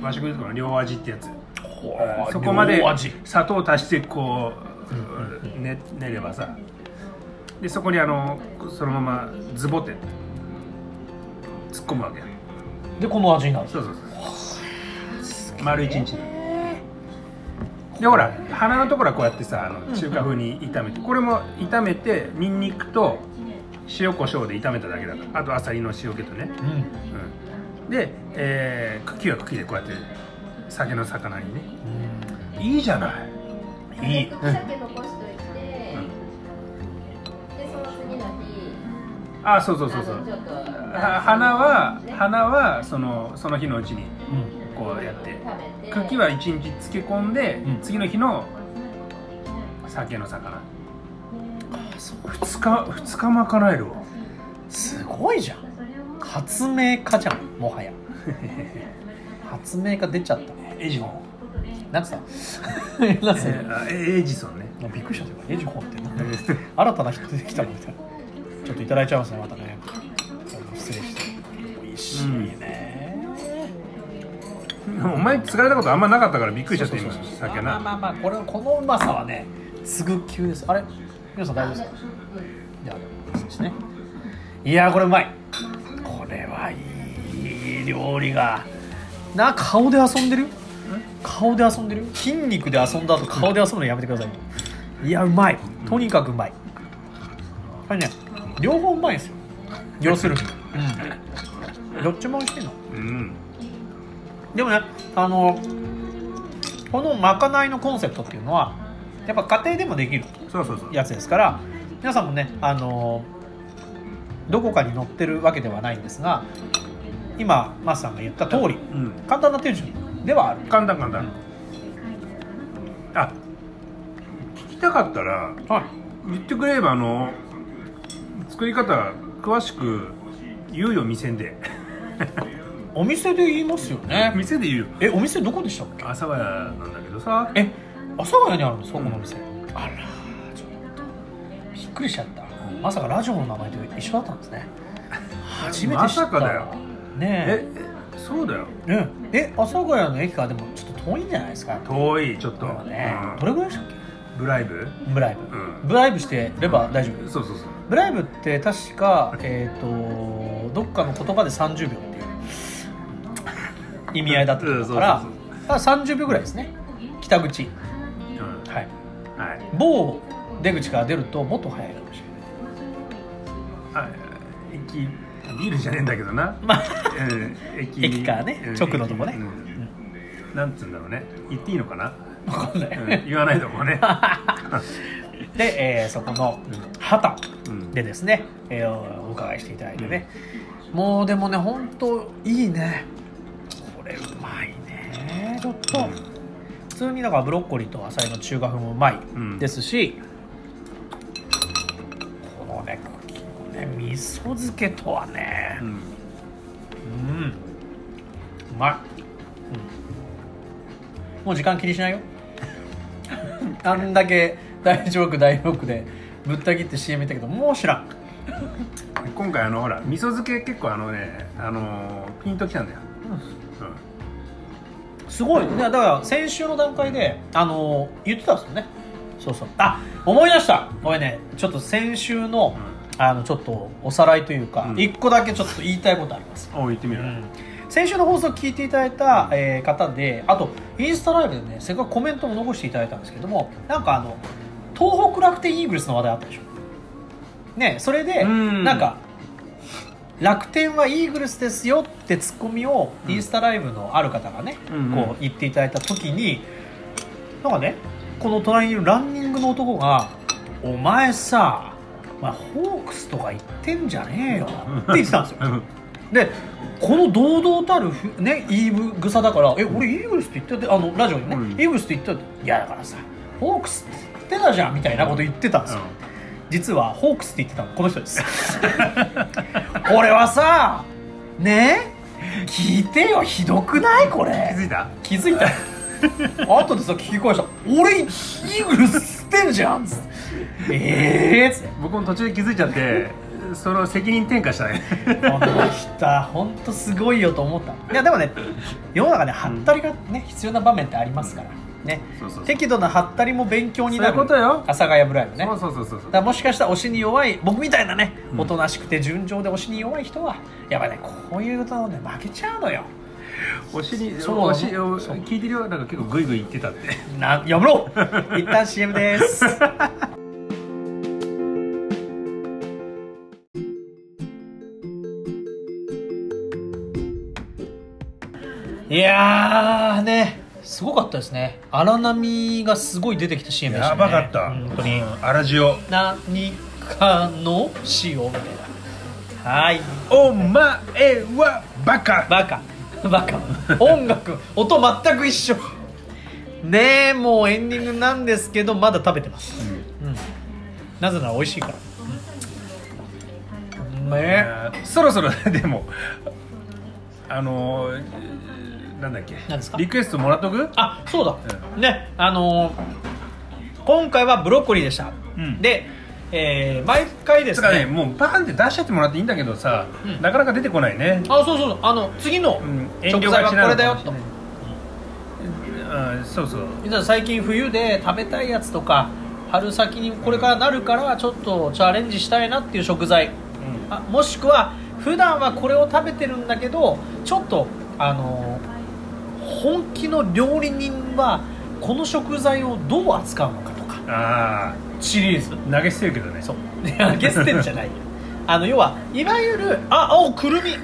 S2: 和食とかの両味ってやつ
S1: ほう
S2: そこまで
S1: 両味
S2: 砂糖を足してこうね練ればさでそこにあのそのままズボって突っ込むわけ
S1: でこの味になる
S2: そうそうそう丸一日でほら鼻のところはこうやってさあの中華風に炒めてこれも炒めてニンニクと塩コショウで炒めただけだからあとアサリの塩気とね、
S1: うん
S2: うん、で、えー茎は茎でこうやって酒の魚にねいいじゃない
S3: いい。鮭残しといて、でその次の日、
S2: あそうそうそうそ
S3: あの
S2: う
S3: ちょっと
S2: は花は花はそのその日のうちに
S1: うん
S2: こうやって
S3: 食べて、
S2: 茎は一日漬け込んで、
S1: うん
S2: 次の日の酒の魚2日二日まかないるわ
S1: すごいじゃん発明家じゃんもはや発明家出ちゃったね
S2: エジホン
S1: なん つったなんつった
S2: あエジソンね
S1: びっくりしたというかエジホンってなんだ 新たな人出てきたのみたいなちょっといただいちゃいますねまたね失礼して美味しいね、
S2: お前つがれたことあんまなかったからびっくりしちゃって
S1: そう
S2: 今
S1: そうそう
S2: 酒
S1: まあま
S2: な
S1: あまあこれこのうまさはねすぐ急ですあれ皆さん大丈夫ですかじゃあそうですねいやーこれうまいこれはいい料理がな顔で遊んでる顔で遊んでる筋肉で遊んだ後顔で遊ぶのやめてくださいよいやうまいとにかくうまいこれね両方うまいんですよ要するに、うん、どっちも美味しいの
S2: うん
S1: でもねあのこのまかないのコンセプトっていうのはやっぱ家庭でもできる
S2: そうそうそう
S1: やつですから皆さんもねあのどこかに載ってるわけではないんですが今マスさんが言った通り
S2: うん
S1: 簡単な手順ではある
S2: 簡単簡単、あ聞きたかったら
S1: はい
S2: 言ってくれればあの作り方詳しく言うよ店で
S1: お店で言いますよね
S2: 店で言うよ
S1: えお店どこでしたっけ
S2: 阿佐ヶ谷なんだけどさ
S1: え阿佐ヶ谷にあるんですかこのお店、あらちょっとびっくりしちゃったまさかラジオの名前と一緒だったんです ね初めて知った
S2: まさかだよえ
S1: ね
S2: えそうだよ
S1: えねえ阿佐ヶ谷の駅からでもちょっと遠いんじゃないですか
S2: 遠いちょっと、
S1: まあね、
S2: うん
S1: どれぐらいでしたっけ
S2: ブライブ
S1: ブライブ、
S2: うん
S1: ブライブしてれば大丈夫
S2: そうそうそう
S1: ブライブって確か、えー、とどっかの言葉で30秒っていう意味合いだったと思うから
S2: うんそうそう
S1: だから30秒ぐらいですね北口
S2: うん
S1: はい
S2: はい
S1: 某出口から出るともっと早いかもしれない
S2: あ駅ビールじゃねえんだけどな、
S1: まあ
S2: うん駅
S1: 駅からね
S2: うん
S1: 直のとこね
S2: 駅うんなんつうんだろうね言っていいのかな、
S1: 分かんない、
S2: うん、言わないと こね、
S1: で、えーそこの
S2: う
S1: 畑
S2: うん
S1: でですね、えーお伺いしていただいてね、もうでもね本当いいねこれうまいねちょっと、
S2: うん
S1: 普通にだからブロッコリーとアサリの中華風もうまい
S2: うん
S1: ですし、このねこのね味噌漬けとはね
S2: うん
S1: うん、うまい、うん、もう時間気にしないよ あんだけ大丈夫大丈夫でぶった切って CM 行ったけどもう知らん
S2: 今回あのほら味噌漬け結構あのねあのーピンときたんだよ、う
S1: すごいねだから先週の段階であのー言ってたんですよねそうそうあ思い出したごめんねちょっと先週の,、あのちょっとおさらいというか、
S2: うん
S1: 一1個だけちょっと言いたいことあります、
S2: ん、おう言ってみる、
S1: 先週の放送聞いていただいた、えー方であとインスタライブでねせっかくコメントも残していただいたんですけどもなんかあの東北楽天イーグルスの話題あったでしょねそれで
S2: うん
S1: なんか楽天はイーグルスですよってツッコミをインスタライブのある方がね、
S2: うん
S1: こう言っていただいた時になんかねこの隣にいるランニングの男が「お前さお前ホークスとか言ってんじゃねえよ」って言ってたんですよ。
S2: うん
S1: でこの堂々たるふ、ね、言い草だから「え俺イーグルスって言ってたあのラジオにね、
S2: うん
S1: イーグルスって言ってたっていやだからさホークスって言ってたじゃん」みたいなこと言ってたんですよ、実はホークスって言ってたのこの人です 俺はさね聞いてよひどくないこれ
S2: 気づいた
S1: 気づい た後でさ聞き返した「俺イーグルスってんじゃん」っつって「ええー」っつって
S2: 僕も途中で気づいちゃ ってその責任転嫁したね
S1: この人本当すごいよと思ったいやでもね世の中ねはったりがね、必要な場面ってありますからね
S2: そうそうそう
S1: 適度なはったりも勉強になる
S2: そういうことよ
S1: 阿佐ヶ谷ブライブね
S2: そうそうそうそ
S1: だ
S2: う
S1: か
S2: そう
S1: らもしかしたら推しに弱い僕みたいなね
S2: うん
S1: おとなしくて順調で推しに弱い人はやっぱねこういうのね負けちゃうのよ
S2: お尻
S1: そう
S2: お尻
S1: そう
S2: お聞いてるよなんか結構グイグイ言ってたって
S1: なやめ ろ一旦 CM ですいやーねすごかったですね荒波がすごい出てきた CM でした、ね、本当に
S2: 荒塩
S1: 何かの塩みたいなはい
S2: お前はバカ
S1: バカバカ音楽音全く一緒ねえもうエンディングなんですけどまだ食べてます、うんなぜなら美味しいから、うん、ね
S2: あーそろそ ろでもあのーえーなんだっけ
S1: 何ですか
S2: リクエストもらっとく
S1: あそうだ、ねあのー今回はブロッコリーでした、
S2: うん
S1: で、えー毎回で
S2: つ
S1: す
S2: う
S1: ね
S2: かねもうバーンって出しちゃってもらっていいんだけどさ、
S1: うん
S2: なかなか出てこないね
S1: あそうそうそうあの次の
S2: うん
S1: 食材はこれだよ
S2: 遠慮がち
S1: と
S2: なのかもしれないうんそうそう
S1: 実は最近冬で食べたいやつとか春先にこれからなるからちょっとチャレンジしたいなっていう食材あもしくは普段はこれを食べてるんだけどちょっとあのー本気の料理人はこの食材をどう扱うのかとか
S2: あ
S1: シリーズ
S2: あ投げ捨てるけどね
S1: そういやゲステンじゃないよ あの要はいわゆるあ青くるみ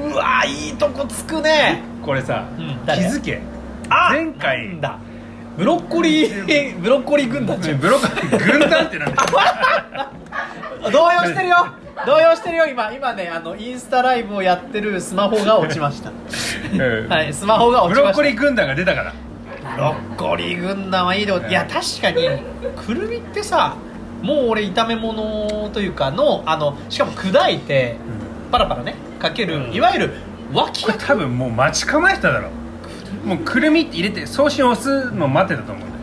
S1: うわいいとこつくね
S2: これさ、
S1: うん
S2: 気
S1: 誰
S2: づけ
S1: あ
S2: 前回
S1: なんだブロッコリーブロッコリー軍団じゃん
S2: ブロッコリー軍団ってなんだよ
S1: 動揺してるよ動揺してるよ今今ねあのインスタライブをやってるスマホが落ちました、
S2: うん
S1: はいスマホが
S2: ブ
S1: 落ち
S2: ロ
S1: ま
S2: ッ
S1: し
S2: コ
S1: た
S2: リー軍団が出たから
S1: ブロッコリー軍団はいいでいや確かにくるみってさもう俺炒め物というかのあのしかも砕いてパラパラねかける、いわゆる 脇
S2: これ多分もう待ち構えてただろもうくるみって入れて送信押すの待ってたと思うんだよ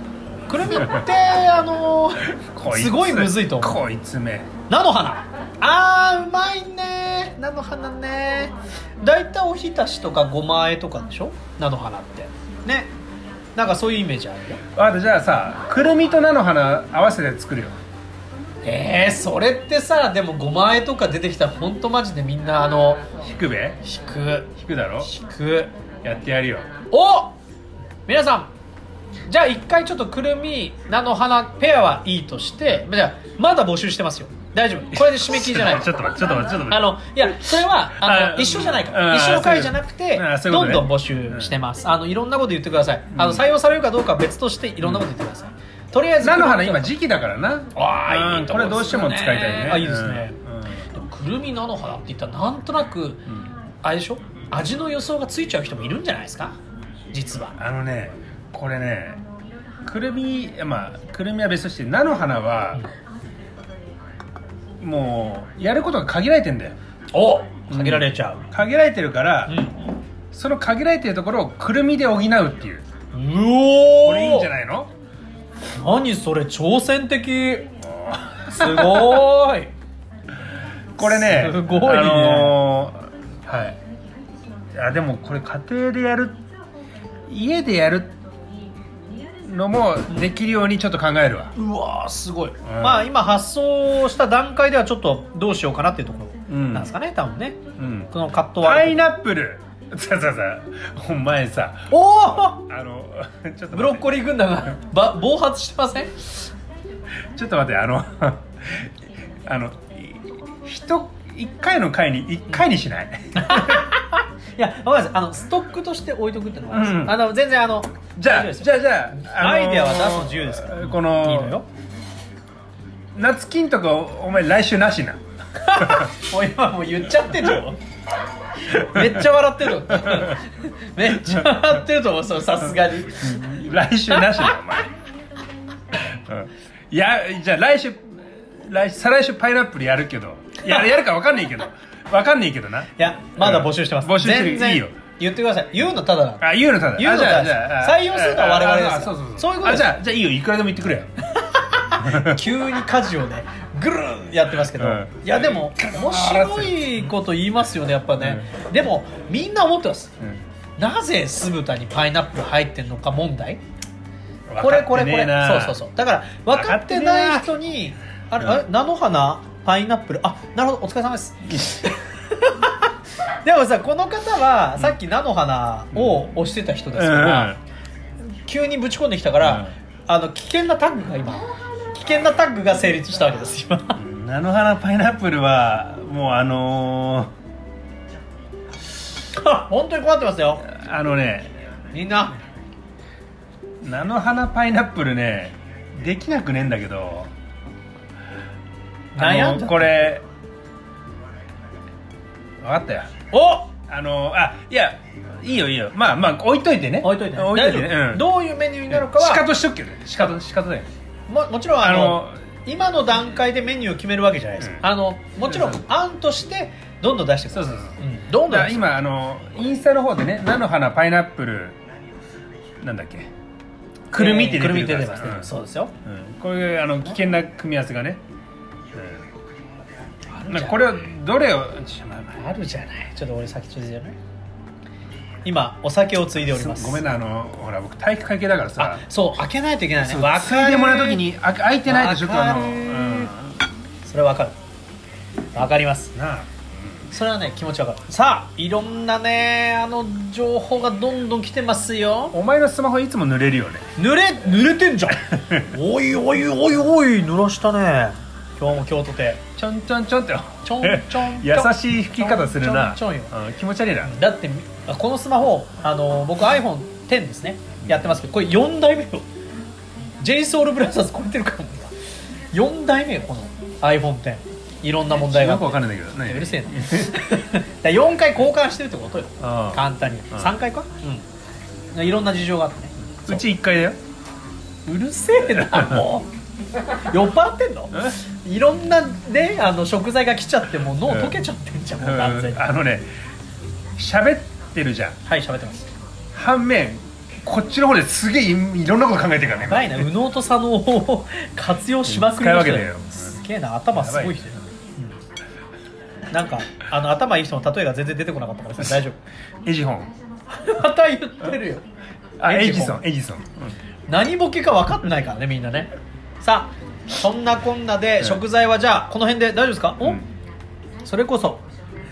S1: くるみってあの
S2: こつ
S1: すごいむずいと思う
S2: こいつめ
S1: 菜の花あーうまいね菜の花ねだいたいおひたしとかごまあえとかでしょ菜の花ってねなんかそういうイメージあるよ
S2: あとじゃあさくるみと菜の花合わせて作るよ
S1: えー、それってさでもごまあえとか出てきたらほんとマジでみんなあの
S2: 引くべ
S1: 引く
S2: 引くだろ
S1: 引く
S2: やってやるよ
S1: お皆さんじゃあ一回ちょっとくるみ菜の花ペアはいいとしてじゃあまだ募集してますよ大丈夫これで締め切りじゃない
S2: ちょっと待ってちょっと待ってちょっと待
S1: あ
S2: って
S1: のいやそれはあの
S2: あ
S1: 一緒じゃないか
S2: あ
S1: ら一緒の回じゃなくて
S2: あそういう
S1: ど
S2: ことね
S1: んどん募集してますあのいろんなこと言ってくださいあの採用されるかどうかは別としていろんなこと言ってくださいとりあえず
S2: 菜の花今時期だからな
S1: あー
S2: うん
S1: いいと思
S2: これ
S1: うん
S2: どう
S1: で
S2: し
S1: す
S2: て
S1: よね
S2: も使いたいね
S1: あいいですね
S2: うん
S1: でもくるみ菜の花って言ったらなんとなく
S2: うんうん
S1: あれでしょ味の予想がついちゃう人もいるんじゃないですか実は
S2: あのねこれねくるみまあくるみは別として菜の花はもうやることが限られてんだよ
S1: お限られちゃう
S2: 限られてるから、
S1: うん
S2: その限られてるところをくるみで補うってい
S1: う
S2: う
S1: おー
S2: これいいんじゃないの
S1: 何それ挑戦的すごーい
S2: これね
S1: すごいね
S2: あのーはいあでもこれ家庭でやる家でやるのもできるようにちょっと考えるわ
S1: うわーすごい、まあ今発送した段階ではちょっとどうしようかなっていうところなんですかね、多分ね
S2: うん
S1: この葛藤はあ
S2: パ
S1: る
S2: イナップルさあさあさあお前さ
S1: おお
S2: あのちょっと待って
S1: ブロッコリー軍団が ば暴発してません
S2: ちょっと待ってあのあの一一回の回に一回にしない、
S1: いやわかりますあのストックとして置いとくってのはあります、
S2: うん
S1: あの全然あの
S2: じ
S1: 大
S2: ゃ
S1: 丈夫
S2: あ
S1: ですよ
S2: じゃあじゃあ、
S1: アイデアは出すの自由ですから
S2: こ
S1: い
S2: の
S1: いのよ
S2: 夏金とかお前来週なしな
S1: もう今もう言っちゃってるよ めっちゃ笑って るめっちゃ笑ってると思うそれさすがに
S2: 来週な しなお前、うん、いやじゃあ来週来再来週パイナップルやるけどややるか分かんないけど 分かんないけどない
S1: やまだ募集してます、
S2: 募集してる
S1: 全然
S2: いいよ
S1: 言ってください言うのただなんで
S2: あ言うのただ
S1: 言うの
S2: あじゃ
S1: ただ
S2: あじゃあ
S1: 採用するのは我々です
S2: ああそうそうそう
S1: そういうことです
S2: あじゃあじゃあいいよいくらでも言ってくれよ
S1: 急に家事をねぐるーんやってますけど、
S2: うん
S1: いやでも面白いこと言いますよねやっぱね、でもみんな思ってますなぜ酢豚にパイナップル入ってんのか問題これこれこれそうそうそううだから分かってない人にあれ、
S2: うん
S1: あれ菜の花パイナップルあなるほどお疲れ様です でもさこの方はさっき菜の花を押してた人です
S2: う
S1: から、
S2: ん
S1: 急にぶち込んできたから、
S2: うん
S1: あの危険なタッグが今危険なタッグが成立したわけです今
S2: 菜の花パイナップルはもうあの
S1: 本当に困ってますよ
S2: ーあのね
S1: みんな
S2: 菜の花パイナップルねできなくねえんだけどあの
S1: 悩んだ
S2: これ分かったよ
S1: お
S2: あのあいやいいよいいよまあまあ置いといてね
S1: 置いといて
S2: 置いといてね
S1: 大丈夫
S2: うん
S1: どういうメニューになるか
S2: 仕方
S1: は
S2: としとくけどね仕方仕方だよ
S1: ももちろんあの
S2: あの
S1: 今の段階でメニューを決めるわけじゃないです、
S2: うん
S1: あのもちろ
S2: そうん
S1: 案としてどんどん出してく
S2: そ
S1: だ
S2: う
S1: さい
S2: そうそう
S1: うんどん
S2: だ
S1: どん
S2: から今あのインスタの方でね菜の花パイナップルなんだっけくるみって出
S1: く
S2: て
S1: るみ
S2: る
S1: って
S2: から
S1: 出
S2: さ
S1: てますね、
S2: う
S1: そうですよ
S2: んうんこういうあの危険な組み合わせがね、
S1: あ
S2: う
S1: る
S2: ん
S1: じゃ
S2: ま
S1: ん
S2: あこれをどれをちょっと待って
S1: あるじゃないちょっと俺先ちょいじゃない今お酒をついでおります
S2: ごめんなあのほら僕体育会系だから
S1: あ
S2: さ
S1: そう開けないといけないね
S2: そう
S1: わ
S2: ついでもらう時にあ開いてないとちょっとあの、
S1: わかる
S2: うん
S1: それはわかるわかります
S2: なあ
S1: それはね気持ちわかるさあいろんなねあの情報がどんどん来てますよ
S2: お前のスマホいつも濡れるよね
S1: 濡れ濡れてん じゃんおいおいおいおい濡らしたね今日も今日とて
S2: ちょんちょんちょんって
S1: ちょんちょん
S2: 優しい吹き方するな
S1: ちょんちょんち
S2: うん気持ち悪いな
S1: だってみこのスマホあの僕 iPhone10 ですねやってますけどこれ4台目よジェイソウルブラザーズ超えてるから4代目よこの iPhone10 いろんな問題があ
S2: よ
S1: っ
S2: く
S1: て
S2: わかんないけどね
S1: うるせえなだから4回交換してるってことよ
S2: ああ
S1: 簡単に
S2: ん
S1: 3回かうんいろんな事情があってね
S2: うち1階だよ
S1: うるせえなもう酔っ払ってんのいろんなねあの食材が来ちゃってもう脳溶けちゃってんじゃんもう完全に
S2: あのね喋ってるじゃん
S1: はい喋ってます
S2: 反面こっちの方ですげえいいろんなこと考えてるから
S1: や
S2: ね
S1: ばいな右脳と左脳を活用しまくりの人だよ
S2: うん使い分
S1: すげえな頭すごい人だようんなんかあの頭いい人の例えが全然出てこなかったから大丈
S2: エジホン
S1: 夫 また言ってるよ
S2: あ
S1: エ
S2: エ
S1: ジ
S2: ジ
S1: ソ
S2: ソ
S1: ン
S2: ンエジソン、
S1: 何ボケか分かってないからねみんなねさあそんなこんなで食材はじゃあこの辺で大丈夫ですか、
S2: う
S1: お
S2: ん
S1: それこそ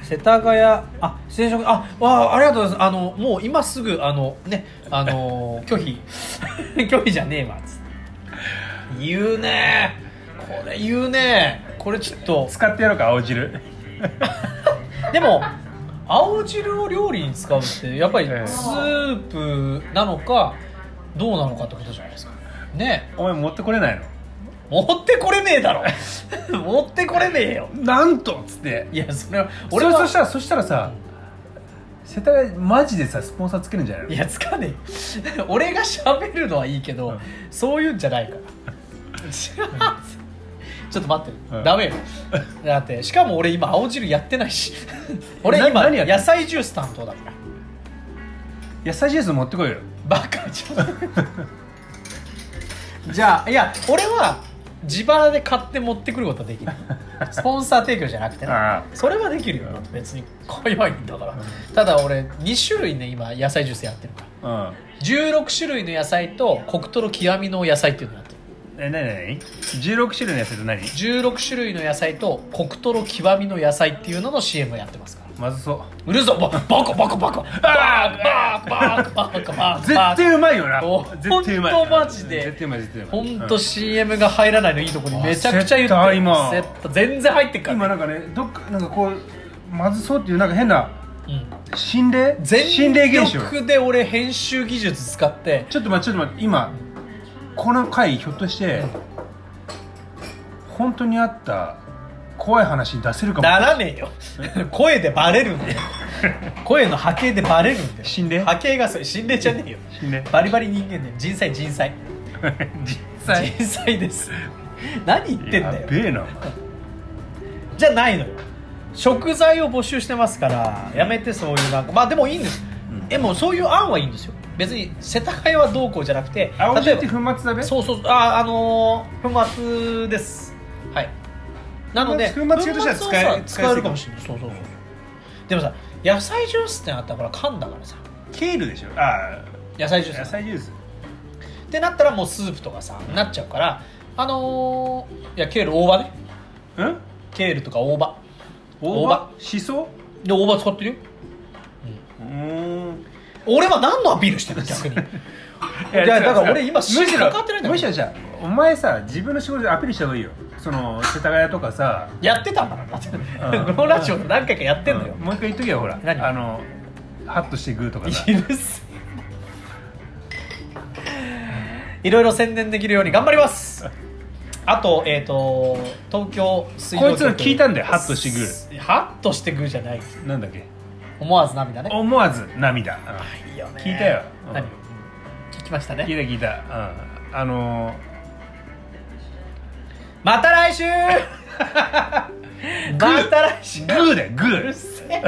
S1: 世田谷あ生食あわあありがとうございますあのもう今すぐあのねあの 拒否 拒否じゃねえわつって言うねこれ言うねこれちょっと
S2: 使ってやろうか青 汁
S1: でも青汁を料理に使うってやっぱりス
S2: ええ
S1: ープなのかどうなのかってことじゃないですかねえ
S2: お前持ってこれない
S1: 持ってこれねえ だろ持ってこれねえよ
S2: のなんとっつって
S1: いやそれは
S2: 俺
S1: 俺
S2: は
S1: は
S2: そしたらそしたらさ世田谷マジでさスポンサーつけるんじゃないの
S1: いやつかねえよ俺が喋るのはいいけど、
S2: うん
S1: そういうんじゃないから違うちょっと待って、
S2: うん
S1: ダメよだってしかも俺今青汁やってないし俺
S2: な
S1: 今
S2: 何やってんの
S1: 野菜ジュース担当だから
S2: 野菜ジュース持ってこいよ
S1: バカじゃんじゃあいや俺は自腹で買って持ってくることはできるスポンサー提供じゃなくてね
S2: ああ
S1: それはできるよ別に買えばいいんだからただ俺2種類ね今野菜ジュースやってるから
S2: うん
S1: 16種類の野菜と黒糖の極みの野菜っていうのをやってる
S2: えなになに16種類の野菜と何
S1: 16種類の野菜と黒糖の極みの野菜っていうのの CM をやってますから
S2: まずそう
S1: るぞババカバカバカバーバーバーバーバーバ
S2: う
S1: ー
S2: 絶対うまいよな
S1: お
S2: 絶対うまい
S1: ほんとマジで
S2: 絶対うまい絶対うまい
S1: 本
S2: う
S1: 当
S2: ん
S1: CM が入らないのいいとこにめちゃくちゃ言って
S2: あ
S1: る
S2: セッター今
S1: セッター全然入ってっから
S2: 今なんかねどっかなんかこうまずそうっていうなんか変な
S1: うん
S2: 心霊
S1: 全
S2: 心霊現象
S1: 力で俺編集技術使って
S2: ちょっと待ってちょっと待って今この回ひょっとして本当にあった怖い話に出せるかも
S1: ならねえよ 声でバレるんだよ声の波形でバレるんだよ
S2: 心霊
S1: 波形がそれ心霊じゃねえよ
S2: 心霊
S1: バリバリ人間ね人災人災
S2: 実
S1: 人災です何言ってんだ
S2: や
S1: よ
S2: べえなお前
S1: じゃないのよ食材を募集してますからやめてそういうなんかまあでもいいんです、でもそういう案はいいんですよ別に世田谷はどうこうじゃなくて
S2: 青
S1: 例
S2: 汁
S1: え
S2: っ
S1: ば
S2: て粉末だべ
S1: そうそうああのー粉末ですはいなので
S2: 粉末粉末用としては使え
S1: 粉末をさ使
S2: 使えす
S1: え
S2: ぎ
S1: るかもしれないそうそうそうでもさ野菜ジュースってなったらほら缶だからさ
S2: ケールでしょあ
S1: 野菜ジュ
S2: あ
S1: ー
S2: 野
S1: ス
S2: 菜ジュース
S1: ってなったらもうスープとかさなっちゃうからあのー、いやケール大葉ね
S2: うん
S1: ケールとか大葉
S2: 大
S1: 大
S2: 葉
S1: 葉
S2: しそ
S1: で大葉使ってるよ
S2: うーん
S1: 俺は何のアピールしてるの逆 にいやだから俺今
S2: むしろ
S1: かかってないんだよ
S2: むしろじゃあお前さ自分の仕事でアピールした方がいいよその世田谷とかさ
S1: やってたんだからだっ
S2: う
S1: て
S2: ん
S1: このラジオで何回かやってんのよ
S2: うんもう一回言っときゃほら
S1: 何
S2: あのハッとしてグーとかさ
S1: いるっすいろいろ宣伝できるように頑張りますあとえっ、と東京水
S2: こいつの聞いたんだよハッとして
S1: グーハッとしてグーじゃない
S2: なんだっけ
S1: 思わず涙ね
S2: 思わず涙、うん
S1: いいよね
S2: 聞いたよ、うん
S1: 何聞きました
S2: 聞
S1: ね
S2: いた聞いた、うんあの
S1: また来週
S2: グー
S1: また来週
S2: グーだよグ
S1: うる
S2: ー
S1: せえ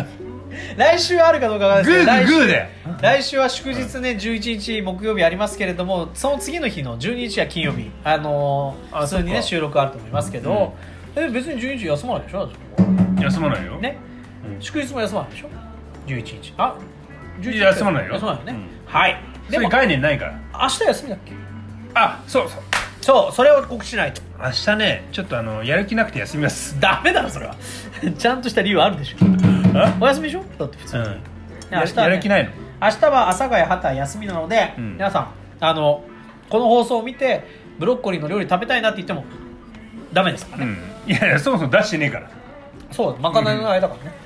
S1: 来週あるかどうかわかん
S2: グ
S1: ないですけど来週
S2: ーグーだよ
S1: 来週は祝日ね11日木曜日ありますけれどもその次の日の12日は金曜日あのー
S2: あ
S1: 普通に
S2: そっ
S1: ね
S2: か
S1: 収録あると思いますけど、え別に11日休まないでしょだって
S2: 休まないよ、
S1: ね、
S2: うん
S1: 祝日も休まないでしょ11日あ11
S2: いや休まないよ
S1: 休まないよね、
S2: うん
S1: はいで
S2: で
S1: も
S2: も
S1: 明
S2: 概念ないから
S1: 日休みだっけ
S2: あそうそう
S1: そうそれを告知しないと
S2: 明日ねちょっとあのやる気なくて休みます
S1: ダメだろそれは ちゃんとした理由あるでしょ
S2: あ
S1: お休みでしょだって普通
S2: う
S1: に、
S2: ん
S1: 明
S2: や
S1: 日はね
S2: やる気ないの
S1: 明日は阿佐ヶ谷畑休みなので、
S2: うん
S1: 皆さんあのこの放送を見てブロッコリーの料理食べたいなって言ってもダメですから
S2: う
S1: ね、
S2: んいやいやそもそも出してねえから
S1: そうまかないの間だからね、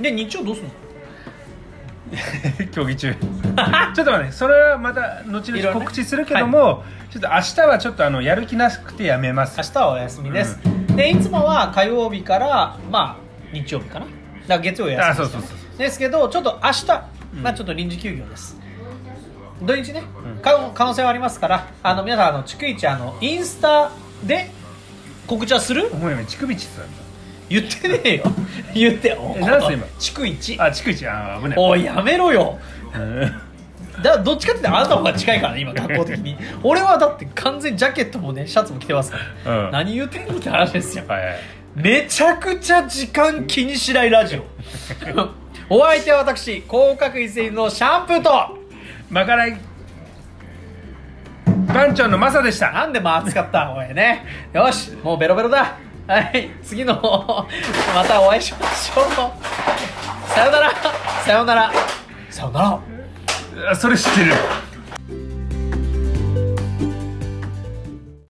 S1: で日曜どうするの
S2: 競技 中ちょっと待ってそれはまた後
S1: いろいろ
S2: 々
S1: ね
S2: 告知するけども、ちょっと明日はちょっとあのやる気なくてやめます
S1: 明日はお休みです、でいつもは火曜日からまあ日曜日かなだから月曜休みです
S2: あそうそうそう
S1: ですけどちょっと明日、
S2: うん
S1: まあちょっと臨時休業です土日ね、
S2: うん
S1: か可能性はありますからあの皆さんあの逐一あのインスタで告知はする
S2: お前今乳首ちつなんだ
S1: 言ってねえよ言ってお
S2: えなんすか今
S1: 逐一
S2: あ、ちくいちあー危ない。
S1: おいやめろよ
S2: うん
S1: だどっちかって言ったらあなたの方が近いからね今 格好的に俺はだって完全ジャケットもねシャツも着てますから、
S2: うん
S1: 何言ってんのって話ですよ
S2: はいはい。
S1: めちゃくちゃ時間気にしないラジオ お相手は私広角一線のシャンプーと
S2: まかない。番長のマサでした。
S1: なんでも暑かったおいねよしもうベロベロだはい次のまたお会いしましょうさよならさよならさよなら
S2: あそれ知ってる。